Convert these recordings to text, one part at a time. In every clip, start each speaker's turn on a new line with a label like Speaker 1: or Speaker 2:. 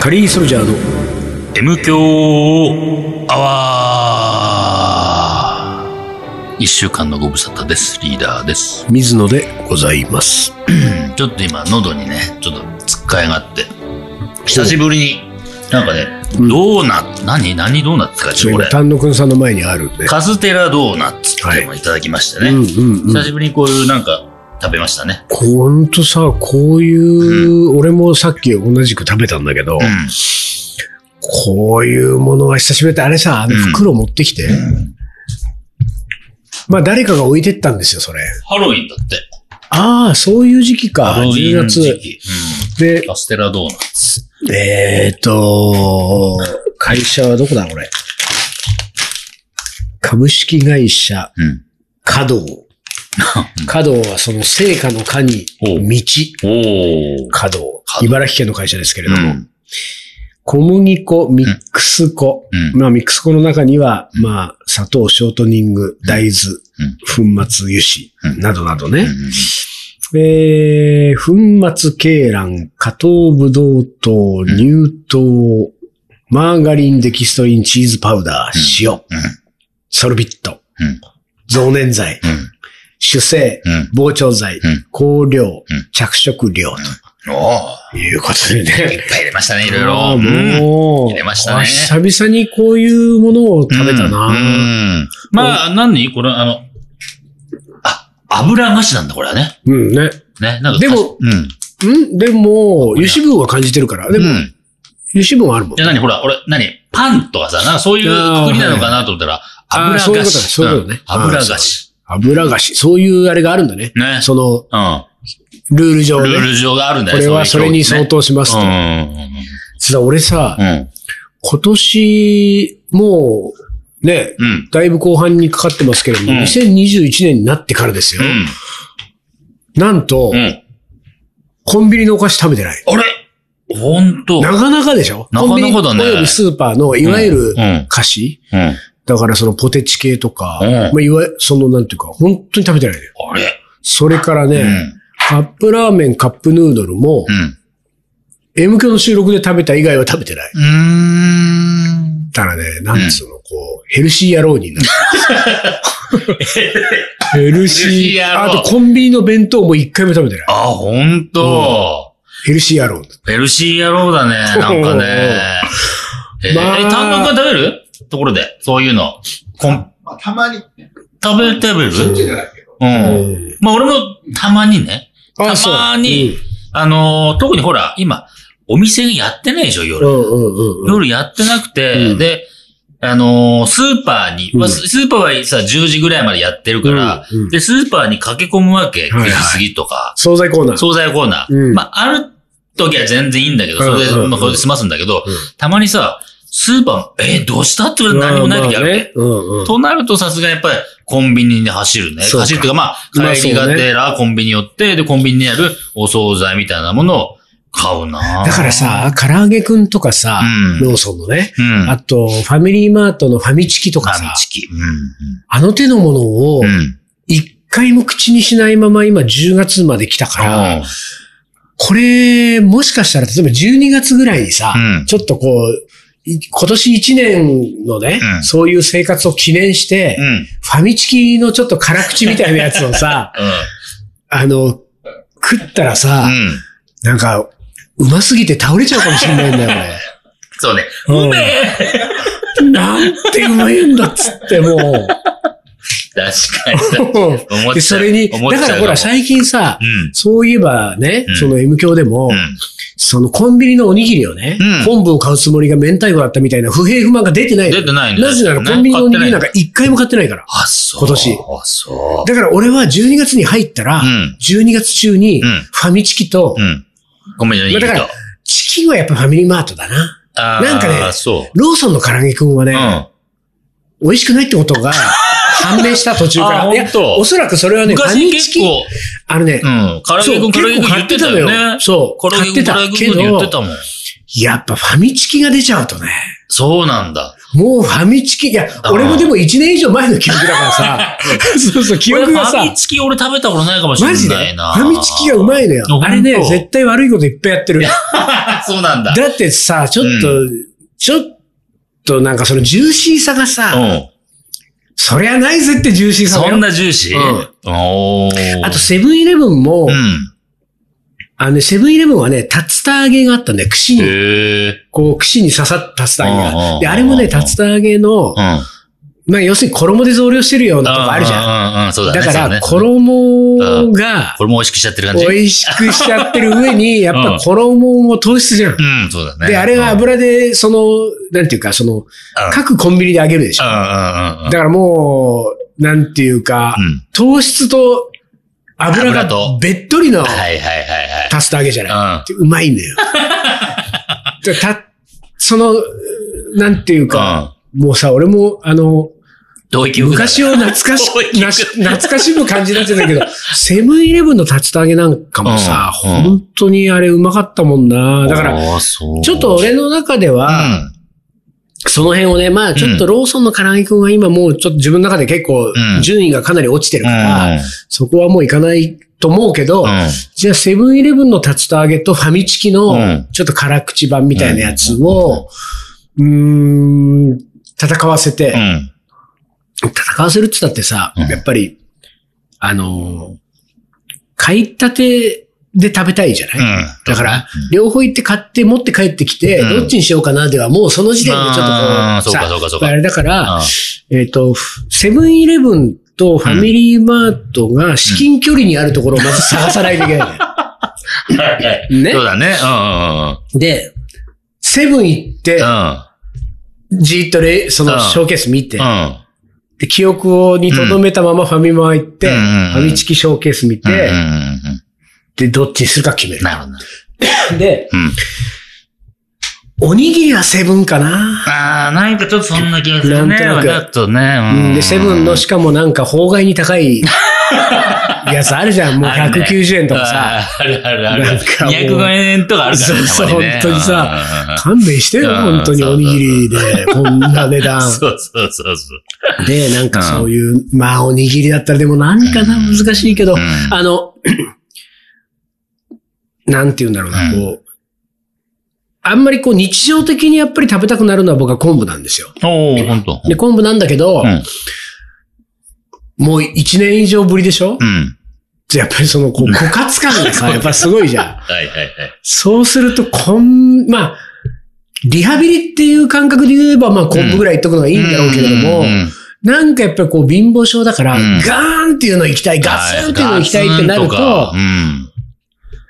Speaker 1: カリーソルジャーの
Speaker 2: M 強アワー一週間のご無沙汰です。リーダーです。
Speaker 1: 水野でございます。
Speaker 2: うんちょっと今、喉にね、ちょっとつっかえがあって、久しぶりに、なんかね、ドーナツ、何何ドーナツかちょっとこ
Speaker 1: 今
Speaker 2: れ、
Speaker 1: 丹野くんさんの前にあるんで。
Speaker 2: カステラドーナツっていうのをいただきましてね、
Speaker 1: うんうんう
Speaker 2: 久
Speaker 1: ん。
Speaker 2: しぶりにこういうなんか食べましたね。
Speaker 1: ほんとさ、こういう、俺もさっき同じく食べたんだけど、
Speaker 2: うん
Speaker 1: こういうものは久しぶりで、あれさ、あの袋持ってきて、まあ誰かが置いてったんですよ、それ。
Speaker 2: ハロウィンだって。
Speaker 1: ああ、そういう時期
Speaker 2: ハ
Speaker 1: か、
Speaker 2: ロウィ
Speaker 1: 10
Speaker 2: ン時
Speaker 1: 月。
Speaker 2: 期。
Speaker 1: で
Speaker 2: うん、カステラドーナツ。
Speaker 1: えーと、会社はどこだ、これ。株式会社、
Speaker 2: うん。
Speaker 1: 稼働。稼働はその成果の課に、
Speaker 2: お
Speaker 1: 道。
Speaker 2: う
Speaker 1: 稼
Speaker 2: おー。
Speaker 1: 働
Speaker 2: 稼働。
Speaker 1: 茨城県の会社ですけれど
Speaker 2: う
Speaker 1: も、
Speaker 2: ん。
Speaker 1: 小麦粉、ミックス粉。
Speaker 2: うん
Speaker 1: まあ、ミックス粉の中には、
Speaker 2: うん
Speaker 1: まあ、砂糖、ショートニング、大豆、粉末油脂、
Speaker 2: うん
Speaker 1: などなど
Speaker 2: う
Speaker 1: ね。
Speaker 2: ん
Speaker 1: えー、粉末鶏卵、加糖ブドウ糖、乳糖、マーガリン、デキストリン、チーズパウダー、塩、ソルビット、
Speaker 2: うん
Speaker 1: 増粘剤、
Speaker 2: う
Speaker 1: 主成、
Speaker 2: ん。うん。
Speaker 1: 膨張剤、
Speaker 2: うん
Speaker 1: 香料、
Speaker 2: うん
Speaker 1: 着色料
Speaker 2: お
Speaker 1: ということで
Speaker 2: ーい
Speaker 1: ね。
Speaker 2: っぱい入れましたね、いろい
Speaker 1: あ
Speaker 2: ろ。
Speaker 1: ー
Speaker 2: うん
Speaker 1: もう、
Speaker 2: 入れましたね
Speaker 1: 久々にこういうものを食べた
Speaker 2: うん
Speaker 1: な。
Speaker 2: うんまあ、何これ、あの、あ、油菓子なんだ、これはね。
Speaker 1: うん、ね。
Speaker 2: ね、なんか。
Speaker 1: でも
Speaker 2: うん。
Speaker 1: うんでも、油脂分は感じてるから。でも
Speaker 2: う、ん
Speaker 1: 油脂分はあるもん
Speaker 2: じゃ。あ何ほら、俺、何パンとかさ、なんかそういう
Speaker 1: あー
Speaker 2: くくりなのかなと思ったら、
Speaker 1: はいあ
Speaker 2: 油
Speaker 1: ーそういう
Speaker 2: 菓
Speaker 1: ことねそ
Speaker 2: 子。
Speaker 1: ういうことね
Speaker 2: ん油菓子。
Speaker 1: 油菓子。そういうあれがあるんだね。
Speaker 2: ね。
Speaker 1: その、
Speaker 2: うん。
Speaker 1: ルール上
Speaker 2: ルー
Speaker 1: ね。
Speaker 2: ル上があるんだ
Speaker 1: こ
Speaker 2: よ
Speaker 1: れはそれに相当します
Speaker 2: う
Speaker 1: と。
Speaker 2: ん。
Speaker 1: ただ俺さ
Speaker 2: う、ん。
Speaker 1: 今年、もう、ね、
Speaker 2: うん。
Speaker 1: だいぶ後半にかかってますけれども、
Speaker 2: うん
Speaker 1: 2021年になってからですよ
Speaker 2: う。ん。
Speaker 1: なんと
Speaker 2: う、ん。
Speaker 1: コンビニのお菓子食べてない。
Speaker 2: あれほんと。
Speaker 1: なかなかでしょ
Speaker 2: なかなかだね
Speaker 1: コンビニおよびスーパーの、いわゆる
Speaker 2: うん。
Speaker 1: 菓子、
Speaker 2: うん。
Speaker 1: だからそのポテチ系とか、
Speaker 2: うん
Speaker 1: まあ、いわゆる、そのなんていうか、本当に食べてないのよ。
Speaker 2: あれ
Speaker 1: それからね、
Speaker 2: うん。
Speaker 1: カップラーメン、カップヌードルも、
Speaker 2: うん。
Speaker 1: M 響の収録で食べた以外は食べてない。
Speaker 2: うーん。
Speaker 1: だからね、なんつうの、こう、ヘルシー野郎にな る。ヘルシ
Speaker 2: ヘルシ
Speaker 1: ー、
Speaker 2: ー野郎
Speaker 1: あとコンビニの弁当も一回も食べてない。
Speaker 2: あ、ほんと。
Speaker 1: ヘルシー野郎。
Speaker 2: ヘルシー野郎だね、なんかね。えー、
Speaker 1: まあ
Speaker 2: え単独は食べるところで、そういうの。こん
Speaker 3: まあ、たまに、ね、
Speaker 2: 食べ、食べ
Speaker 3: ちっちゃい
Speaker 2: る
Speaker 3: じゃないけど。
Speaker 2: う。
Speaker 1: うんん
Speaker 2: まあ俺もたまにね。た
Speaker 1: あそう
Speaker 2: まに、あのー、特にほら、今、お店やってないでしょ、
Speaker 1: う
Speaker 2: 夜。
Speaker 1: んうんうんうん。
Speaker 2: 夜やってなくて、
Speaker 1: うん
Speaker 2: で、あのー、スーパーに、まあ
Speaker 1: うん
Speaker 2: スーパーはさ、10時ぐらいまでやってるから、
Speaker 1: うんうん
Speaker 2: で、スーパーに駆け込むわけ、
Speaker 1: はいは
Speaker 2: 9
Speaker 1: い
Speaker 2: 時過ぎとか、
Speaker 1: 惣菜コーナー。
Speaker 2: 惣菜コーナー。
Speaker 1: うん
Speaker 2: まあ、ある時は全然いいんだけど、それで、
Speaker 1: うんうんうん
Speaker 2: まあ、これで済ますんだけ
Speaker 1: う
Speaker 2: ど、
Speaker 1: ん
Speaker 2: たまにさ、スーパー、えーどうしたって言われて何もない時あるわけ
Speaker 1: ね。うんうん。
Speaker 2: となるとさすがやっぱりコンビニに走るね。
Speaker 1: そうか
Speaker 2: 走るっていうかま
Speaker 1: ま
Speaker 2: あ、
Speaker 1: あ
Speaker 2: 帰りがてらコンビニ寄って、で、コンビニにあるお惣菜みたいなものを買うな
Speaker 1: だから、さ、唐揚げくんとかさ、
Speaker 2: うん
Speaker 1: ローソンのね、
Speaker 2: うん。
Speaker 1: あと、ファミリーマートのファミチキとか
Speaker 2: ファ
Speaker 1: さ
Speaker 2: ミ、チキ。う
Speaker 1: あの手のものを
Speaker 2: ん。うん。うん。
Speaker 1: 一回も口にしないまま今10月まで来たから、これ、もしかしたら例えば12月ぐらいにさ、
Speaker 2: うん
Speaker 1: ちょっとこう、い今年1年のね、
Speaker 2: うん
Speaker 1: そういう生活を記念して、
Speaker 2: うん。うん。、
Speaker 1: ファミチキのちょっと辛口みたいなやつをさ
Speaker 2: うん。
Speaker 1: あの、食ったらさ、
Speaker 2: うん。
Speaker 1: なんか、うますぎて倒れちゃうかもしれないんだよね。
Speaker 2: そうね。
Speaker 1: うん
Speaker 2: うめえ
Speaker 1: なんてうまいんだっつっても
Speaker 2: 確かに。
Speaker 1: う。
Speaker 2: 思っちゃう
Speaker 1: で、それに、
Speaker 2: 思っちゃ
Speaker 1: だ
Speaker 2: う
Speaker 1: からほら、
Speaker 2: かも
Speaker 1: 最近さ、
Speaker 2: うん。
Speaker 1: そういえばね、
Speaker 2: うん
Speaker 1: その M 教でも、
Speaker 2: うん。
Speaker 1: そのコンビニのおにぎりをね、
Speaker 2: うん
Speaker 1: 本部を買うつもりが明太子だったみたいな不平不満が出てないの。
Speaker 2: 出てないね
Speaker 1: なぜならコンビニのおにぎりなんか一回も買ってないから。
Speaker 2: あ、そう。
Speaker 1: 今年
Speaker 2: あ、そ
Speaker 1: だから俺は12月に入ったら、
Speaker 2: う。うん。
Speaker 1: 12月中に
Speaker 2: うん
Speaker 1: ファミチキと、
Speaker 2: うん。ごめんね、
Speaker 1: まあだからチキンはやっぱファミリーマートだな。
Speaker 2: あー
Speaker 1: なんかね
Speaker 2: そ
Speaker 1: ローソンの唐揚げくんはね、
Speaker 2: う。うん。
Speaker 1: 美味しくないってことが判明した途中か
Speaker 2: あ
Speaker 1: ら。いや
Speaker 2: 本当
Speaker 1: おそらくそれはね、ファ
Speaker 2: 昔
Speaker 1: ミチ
Speaker 2: 結
Speaker 1: キ、
Speaker 2: 構、
Speaker 1: あのね、
Speaker 2: うん。唐揚
Speaker 1: そ
Speaker 2: げく、
Speaker 1: うん
Speaker 2: 唐揚
Speaker 1: 結構
Speaker 2: げくん言
Speaker 1: 買っ
Speaker 2: って
Speaker 1: て
Speaker 2: た
Speaker 1: たの
Speaker 2: よ
Speaker 1: よ。
Speaker 2: ね。
Speaker 1: そう。
Speaker 2: 唐揚
Speaker 1: 買
Speaker 2: げ
Speaker 1: っ
Speaker 2: く
Speaker 1: て
Speaker 2: ん、唐
Speaker 1: た
Speaker 2: 揚げく
Speaker 1: け
Speaker 2: んって言って
Speaker 1: ど、
Speaker 2: たもん。
Speaker 1: やっぱファミチキが出ちゃうとね。
Speaker 2: そうなんだ。
Speaker 1: もうファミチキ、いや、
Speaker 2: あー
Speaker 1: 俺もでも1年以上前の記憶だからさ、 そうそう、記
Speaker 2: 俺
Speaker 1: 憶
Speaker 2: フ
Speaker 1: が
Speaker 2: ァ
Speaker 1: さ
Speaker 2: ミ、チキ俺食べたことないかもし
Speaker 1: マジ
Speaker 2: れ
Speaker 1: で
Speaker 2: ないな。
Speaker 1: ファミチキがうまいのよ
Speaker 2: あ。
Speaker 1: あれね
Speaker 2: 本、当
Speaker 1: 絶対悪いこといっぱいやってる。
Speaker 2: そうなんだ。
Speaker 1: だってさ、ちょっと、ちょっとなんかそのジューシーさがさ、
Speaker 2: うん。
Speaker 1: そりゃないぜってジューシーさだよ
Speaker 2: そんなジューシー、おー
Speaker 1: あと、セブンイレブンも、
Speaker 2: うん。
Speaker 1: あのね、セブンイレブンはね、竜田揚げがあったんだよ。串に、
Speaker 2: へえ。
Speaker 1: こう、串に刺さった竜田揚げ
Speaker 2: うん
Speaker 1: が。で、あれもね、竜田揚げの
Speaker 2: う、ん。
Speaker 1: まあ、要するに衣で増量してるようなとこあるじゃん。
Speaker 2: ん。うんうん、そうだね。
Speaker 1: だか
Speaker 2: そう
Speaker 1: ら、
Speaker 2: ね
Speaker 1: 衣が
Speaker 2: これも美味しくしちゃってる感じ。
Speaker 1: 美味しくしちゃってる上に、やっぱ衣も糖質じゃん。
Speaker 2: うん、そうだね。
Speaker 1: で、あれは
Speaker 2: うん
Speaker 1: 油で、その、なんていうか、その、各コンビニで揚げるでしょ。
Speaker 2: うんうんうんうん。
Speaker 1: だからもう、なんていうか、
Speaker 2: うん
Speaker 1: 糖質と油
Speaker 2: 油と
Speaker 1: がべっとりの
Speaker 2: はいはいはいはい。
Speaker 1: 足すだけじゃない。ってうまいん だよ。でた、その、なんていうか、もうさ、俺も、あの、
Speaker 2: 同意欲だ
Speaker 1: 昔を懐 かし
Speaker 2: そういう、
Speaker 1: なし懐かしむ感じになってたけ ど、セブンイレブンの竜田揚げなんかもさ、
Speaker 2: うんうん
Speaker 1: 本当にあれうまかったもんな。だから、
Speaker 2: ら、そう
Speaker 1: ちょっと、俺の中で
Speaker 2: う
Speaker 1: は、
Speaker 2: ん。
Speaker 1: その辺をね、まあちょっとローソンの唐揚げくんは今もうちょっと自分の中で結構
Speaker 2: うん
Speaker 1: 順位がかなり落ちてる
Speaker 2: う
Speaker 1: から、
Speaker 2: ん。
Speaker 1: そこはもういかないと思うけど、じゃあセブンイレブンの竜田揚げとファミチキ
Speaker 2: う
Speaker 1: の
Speaker 2: ん
Speaker 1: ちょっと辛口版みたいなやつを、うーん、戦わせて、
Speaker 2: うん。
Speaker 1: 戦わせるって言ったってさ、
Speaker 2: うん
Speaker 1: やっぱり、あのー買いたてで食べたいじゃない、
Speaker 2: うん。
Speaker 1: だから、両方行って買って持って帰ってきて、
Speaker 2: うん
Speaker 1: どっちにしようかなでは、もうその時点でちょっとこう、
Speaker 2: あーそうか
Speaker 1: さ
Speaker 2: そうかそうか
Speaker 1: あれだから、
Speaker 2: う
Speaker 1: えっ、と、セブンイレブンとファミリーマートが至近距離にあるところをまず探さないといけ ないのよ。
Speaker 2: んはいはい
Speaker 1: ね
Speaker 2: そうだね。うん
Speaker 1: で、セブン行って
Speaker 2: うんう、ん。
Speaker 1: じーっとレその
Speaker 2: うん
Speaker 1: ショーケース見て
Speaker 2: う、ん。うん。
Speaker 1: で記憶をに留めたままファミマ行って、
Speaker 2: うんうん
Speaker 1: ファミチキショーケース見て、
Speaker 2: うんうん
Speaker 1: で、どっちにするか決め
Speaker 2: う
Speaker 1: る。
Speaker 2: んなるほど。
Speaker 1: で、
Speaker 2: うん。
Speaker 1: おにぎりはセブンかな。
Speaker 2: ああ、なんかちょっとそんな気がする
Speaker 1: なん
Speaker 2: ね。
Speaker 1: となく
Speaker 2: ちょっと
Speaker 1: う
Speaker 2: ね。
Speaker 1: ん、
Speaker 2: うん
Speaker 1: で、セブンのしかもなんか法外に高 いやつあるじゃん。もう
Speaker 2: あるね
Speaker 1: 190円とかさ。
Speaker 2: あーあるあるある。
Speaker 1: なんかもう
Speaker 2: 205円とかあるからね。
Speaker 1: そうそう
Speaker 2: たまね
Speaker 1: 本当にさ
Speaker 2: うんうんうん
Speaker 1: 勘弁してよ、
Speaker 2: うん
Speaker 1: 本当におにぎりで、こんな値 段。
Speaker 2: そうそうそうそう。
Speaker 1: で、なんかそういう、まあおにぎりだったらでも何かな、
Speaker 2: うん
Speaker 1: 難しいけど、
Speaker 2: うん
Speaker 1: あの、 なんて言うんだろうな、
Speaker 2: うん
Speaker 1: こう、あんまりこう日常的にやっぱり食べたくなるのは僕は昆布なんですよ。
Speaker 2: おー、ほんと。
Speaker 1: で、昆布なんだけど、
Speaker 2: うん
Speaker 1: もう一年以上ぶりでしょ、
Speaker 2: うん。
Speaker 1: じゃあやっぱりその、こう、枯渇感がさ、やっぱすごいじゃん。
Speaker 2: はいはいはい。
Speaker 1: そうすると、こん、まあ、リハビリっていう感覚で言えば、まあ、昆布ぐらいいっとくのがいいんだろうけれども、
Speaker 2: うんうんうん
Speaker 1: なんかやっぱりこう、貧乏症だから、
Speaker 2: うん
Speaker 1: ガーンっていうの行きたい、ガツンっていうの行きたいってなる
Speaker 2: ガツンか
Speaker 1: と
Speaker 2: う、ん。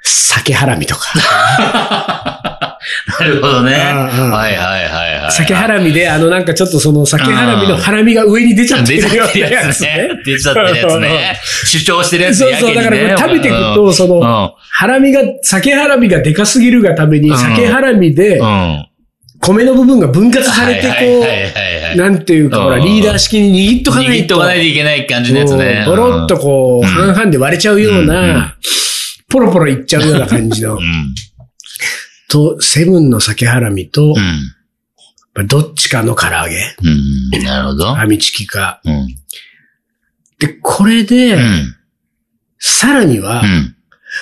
Speaker 1: 酒ハラミとか。
Speaker 2: なるほどね。
Speaker 1: うんうん
Speaker 2: はいはいはいはい。
Speaker 1: 酒ハラミで、あの、なんかちょっとその、酒ハラミのハラミが上に出ちゃって
Speaker 2: 出ちゃ
Speaker 1: るよ
Speaker 2: って
Speaker 1: う
Speaker 2: る
Speaker 1: な
Speaker 2: や
Speaker 1: や
Speaker 2: つ
Speaker 1: つ
Speaker 2: ね
Speaker 1: ね。。
Speaker 2: 出ちゃってるやつね。主張してるやつ
Speaker 1: そ
Speaker 2: ね
Speaker 1: うそう、
Speaker 2: や
Speaker 1: だ
Speaker 2: け
Speaker 1: か
Speaker 2: にね
Speaker 1: らこれ食べていくと、その、ハラミが、酒ハラミがでかすぎるがために、
Speaker 2: うん
Speaker 1: 酒ハラミで
Speaker 2: うん。う、ん。
Speaker 1: 米の部分が分割されて、
Speaker 2: はいはい
Speaker 1: こ
Speaker 2: はいは
Speaker 1: う、
Speaker 2: いはい。
Speaker 1: なんていうか、ほら、
Speaker 2: うん
Speaker 1: リーダー式に握っとかないと。
Speaker 2: 握っとかないといけない感じのやつね。
Speaker 1: もうゴロッとこう、
Speaker 2: うん
Speaker 1: 半々で割れちゃうよう
Speaker 2: うんうん
Speaker 1: な、ポロポロいっちゃうような感じの
Speaker 2: う。ん。
Speaker 1: と、セブンの酒ハラミと
Speaker 2: う、ん。
Speaker 1: まあどっちかの唐揚げ。
Speaker 2: うん。なるほど
Speaker 1: フ。ァミチキか。
Speaker 2: うん。
Speaker 1: で、これで
Speaker 2: う、ん。
Speaker 1: さらには
Speaker 2: う、ん。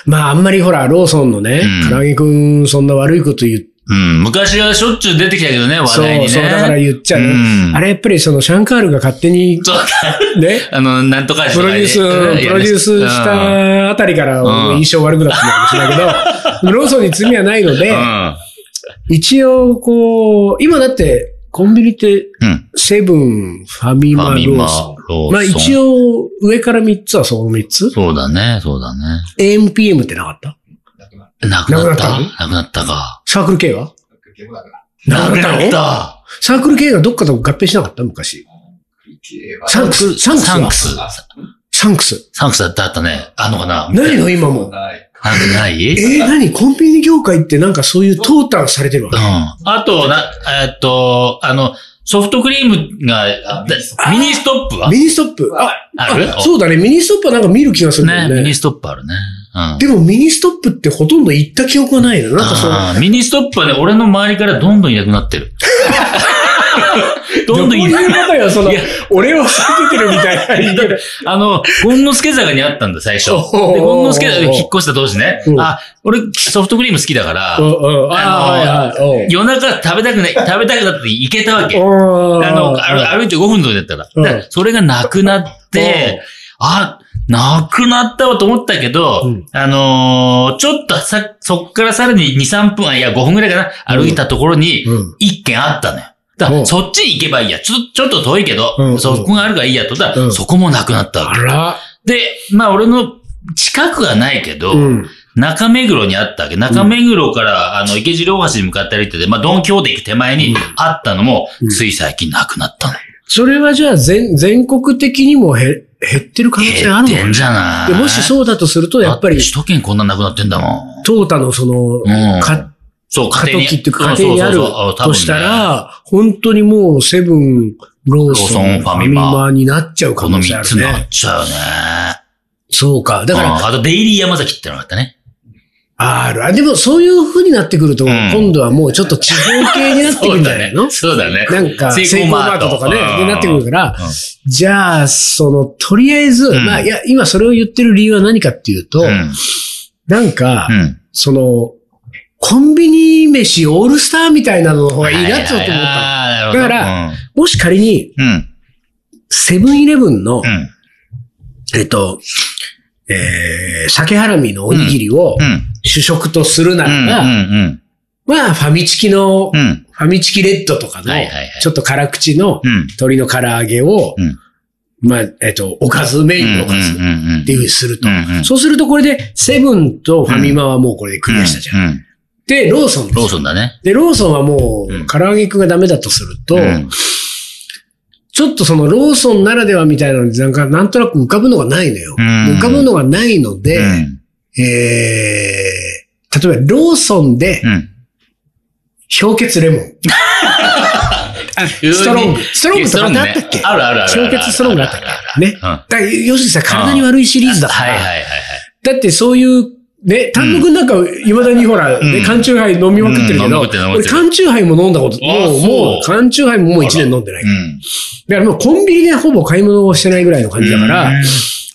Speaker 1: まああんまりほら、ローソンのね、
Speaker 2: うん
Speaker 1: 唐揚げくん、そんな悪いこと言っ
Speaker 2: うん。昔はしょっちゅう出てきたけどね、話題に
Speaker 1: そう、
Speaker 2: ね。
Speaker 1: そう、だから言っちゃう。
Speaker 2: うん
Speaker 1: あれやっぱりそのシャンカールが勝手に、
Speaker 2: そう
Speaker 1: ね、
Speaker 2: あの、なんとか
Speaker 1: プロデュース、プロデュースし
Speaker 2: うん。
Speaker 1: たあたりから
Speaker 2: うん
Speaker 1: 印象悪くなってたかもしれないけど、ローソンに罪はないので、一応こう、今だってコンビニって
Speaker 2: うん。
Speaker 1: セブン、ファミ
Speaker 2: ファ
Speaker 1: マ、
Speaker 2: ミ
Speaker 1: ロー
Speaker 2: マ
Speaker 1: ソン。、
Speaker 2: ローソン。
Speaker 1: まあ一。応上から3つはその3つ
Speaker 2: そうだね、そうだね。
Speaker 1: ?AMPM ってなかった
Speaker 2: なくなった
Speaker 1: なくな
Speaker 2: なくなったか。
Speaker 1: サークル K はなくなった
Speaker 2: た
Speaker 1: サークル K がどっかと合併しなかった昔。サンクス、サンクス
Speaker 2: サンク
Speaker 1: は
Speaker 2: ス。
Speaker 1: サンクス。
Speaker 2: サンクスだったあったね。あんのかな
Speaker 1: 何の今も。
Speaker 2: あんのないうん。
Speaker 1: えー、何コンビニ業界ってなんかそういう淘汰されてるわけ
Speaker 2: あと、な、えーっと、あの、ソフトクリームが、あだミニストップは
Speaker 1: ミニストップ。あ、
Speaker 2: ある
Speaker 1: あそうだね。ミニストップはなんか見る気がするんだ
Speaker 2: ね、ミ
Speaker 1: よね
Speaker 2: ニ。ストップあるね。うん。
Speaker 1: でもミニストップってほとんど行った記憶がないの。なんかその、
Speaker 2: あーミニストップはね、俺の周りからどんどんいなくなってる。どんどん
Speaker 1: どう
Speaker 2: い
Speaker 1: いうことよ、その
Speaker 2: いや、
Speaker 1: 俺を避けてるみたい な。
Speaker 2: あの、ゴンノスケ坂にあったんだ、最初。で、
Speaker 1: おー
Speaker 2: ゴンノスケ坂に引っ越した当時ね
Speaker 1: う。ん
Speaker 2: あ、俺、ソフトクリーム好きだから
Speaker 1: う、んうんあーはいはい
Speaker 2: 夜中食べたくない、食べたくなって行けたわけ。
Speaker 1: おう
Speaker 2: あの、
Speaker 1: あ
Speaker 2: あ歩いて5分のだったら。
Speaker 1: うん
Speaker 2: だからそれがなくなって、あ、なくなったわと思ったけど、
Speaker 1: うん
Speaker 2: あのーちょっとさ、そっからさらに2、3分、あいや、5分ぐらいかな、歩いたところに
Speaker 1: うんうん、
Speaker 2: 1軒あったのよ。だか
Speaker 1: うん
Speaker 2: ら、そっちに行けばいいや。ちょ、ちょっと遠いけど、
Speaker 1: うん
Speaker 2: そこがあるからいいやと。だから
Speaker 1: うん
Speaker 2: そこもなくなったわ
Speaker 1: あ
Speaker 2: け。
Speaker 1: ら。
Speaker 2: で、まあ、俺の近くはないけど、
Speaker 1: うん。
Speaker 2: 中目黒にあったわけ。中目黒から、あの、池尻大橋に向かって歩いてて、まあ、ドンキョーで行く手前にあったのも、
Speaker 1: うん
Speaker 2: つい最近なくなったの。
Speaker 1: それはじゃあ全、全国的にもへ減ってる可能性ある
Speaker 2: 減って
Speaker 1: もん
Speaker 2: んじゃない
Speaker 1: でもしそうだとすると、やっぱ
Speaker 2: だ
Speaker 1: り
Speaker 2: て、首都圏こんななくなってんだもん。
Speaker 1: トータのその、
Speaker 2: ん
Speaker 1: か
Speaker 2: そう、
Speaker 1: 過渡期っていうか、
Speaker 2: そう
Speaker 1: 家庭に
Speaker 2: そ
Speaker 1: あ
Speaker 2: う
Speaker 1: る
Speaker 2: そうそう
Speaker 1: とした、
Speaker 2: あ多分ね
Speaker 1: ら、本当にもうセブン、ローソン、
Speaker 2: ローソン
Speaker 1: ファミマ
Speaker 2: ファミ
Speaker 1: になっちゃう可
Speaker 2: この
Speaker 1: 能性あ
Speaker 2: 3つ
Speaker 1: る
Speaker 2: にな
Speaker 1: ね。
Speaker 2: っちゃうね。
Speaker 1: そうか。だ
Speaker 2: だ
Speaker 1: か、
Speaker 2: からら、あと、デイリー山崎ってのがあったね。
Speaker 1: ある。あ、でもそういう風になってくると、
Speaker 2: うん
Speaker 1: 今度はもうちょっと地方系になってくるんじゃないの
Speaker 2: そうだね。
Speaker 1: なん か、
Speaker 2: セイコーマート
Speaker 1: セイコーとかね、
Speaker 2: うん
Speaker 1: でなってくるから、
Speaker 2: うん
Speaker 1: じゃあ、その、とりあえず、
Speaker 2: うん
Speaker 1: まあ、いや、今それを言ってる理由は何かっていうと、
Speaker 2: うん。
Speaker 1: なんか、
Speaker 2: うん。
Speaker 1: その、コンビニ飯オールスターみたいなのの方がいいなって思っ
Speaker 2: はいはい
Speaker 1: た
Speaker 2: はいあ
Speaker 1: の。だか
Speaker 2: ーなるほど
Speaker 1: ら、もし仮に、
Speaker 2: うん。うん。
Speaker 1: セブンイレブンの
Speaker 2: う、ん。
Speaker 1: えっと、えー、酒ハラミのおにぎりを
Speaker 2: うん。
Speaker 1: 主食とするな
Speaker 2: うん。
Speaker 1: らば、
Speaker 2: うん。
Speaker 1: まあ、ファミチキの
Speaker 2: うん。うん。
Speaker 1: ファミチキレッドとかの
Speaker 2: はいはいはい、
Speaker 1: ちょっと辛口の
Speaker 2: うん。
Speaker 1: 鶏の唐揚げを、
Speaker 2: うん
Speaker 1: まあ、えっと、おかず、メインのおかず
Speaker 2: うんうんうん
Speaker 1: っていうふうにすると
Speaker 2: う。んうん
Speaker 1: そうすると、これで、セブンとファミマはもうこれでクリアしたじゃん。
Speaker 2: うんうん
Speaker 1: で、ローソンです
Speaker 2: ローソンだね。
Speaker 1: で、ローソンはも
Speaker 2: うん
Speaker 1: う、唐揚げくんがダメだとすると、
Speaker 2: うん
Speaker 1: ちょっとそのローソンならではみたいなのになんか、なんとなく浮かぶのがないのよ。
Speaker 2: うん
Speaker 1: 浮かぶのがないので、
Speaker 2: うん
Speaker 1: えー、例えばローソンで、
Speaker 2: うん。
Speaker 1: 氷結レモン。ストロング。ストロングとかってあ
Speaker 2: ね
Speaker 1: ったっけ
Speaker 2: あるあるあるある。
Speaker 1: 氷結ストロングあったっ
Speaker 2: あるあるあ
Speaker 1: け
Speaker 2: る
Speaker 1: ね。
Speaker 2: ある
Speaker 1: だから要するにさ、体に悪いシリーズだか
Speaker 2: はい
Speaker 1: ら。
Speaker 2: はいはいはい。
Speaker 1: だってそういう、ね、単独なんか、いまだにほら、
Speaker 2: ん
Speaker 1: ね缶チューハイ飲みまくってるけ
Speaker 2: うん飲
Speaker 1: ど、
Speaker 2: みまくってる飲みまくっ
Speaker 1: 俺
Speaker 2: てる
Speaker 1: 缶チューハイも飲んだこと、
Speaker 2: あー
Speaker 1: もう、
Speaker 2: そう
Speaker 1: もう、缶チューハイももう1年飲んでない。
Speaker 2: うん。
Speaker 1: だからもうコンビニでほぼ買い物をしてないぐらいの感じだから、
Speaker 2: うん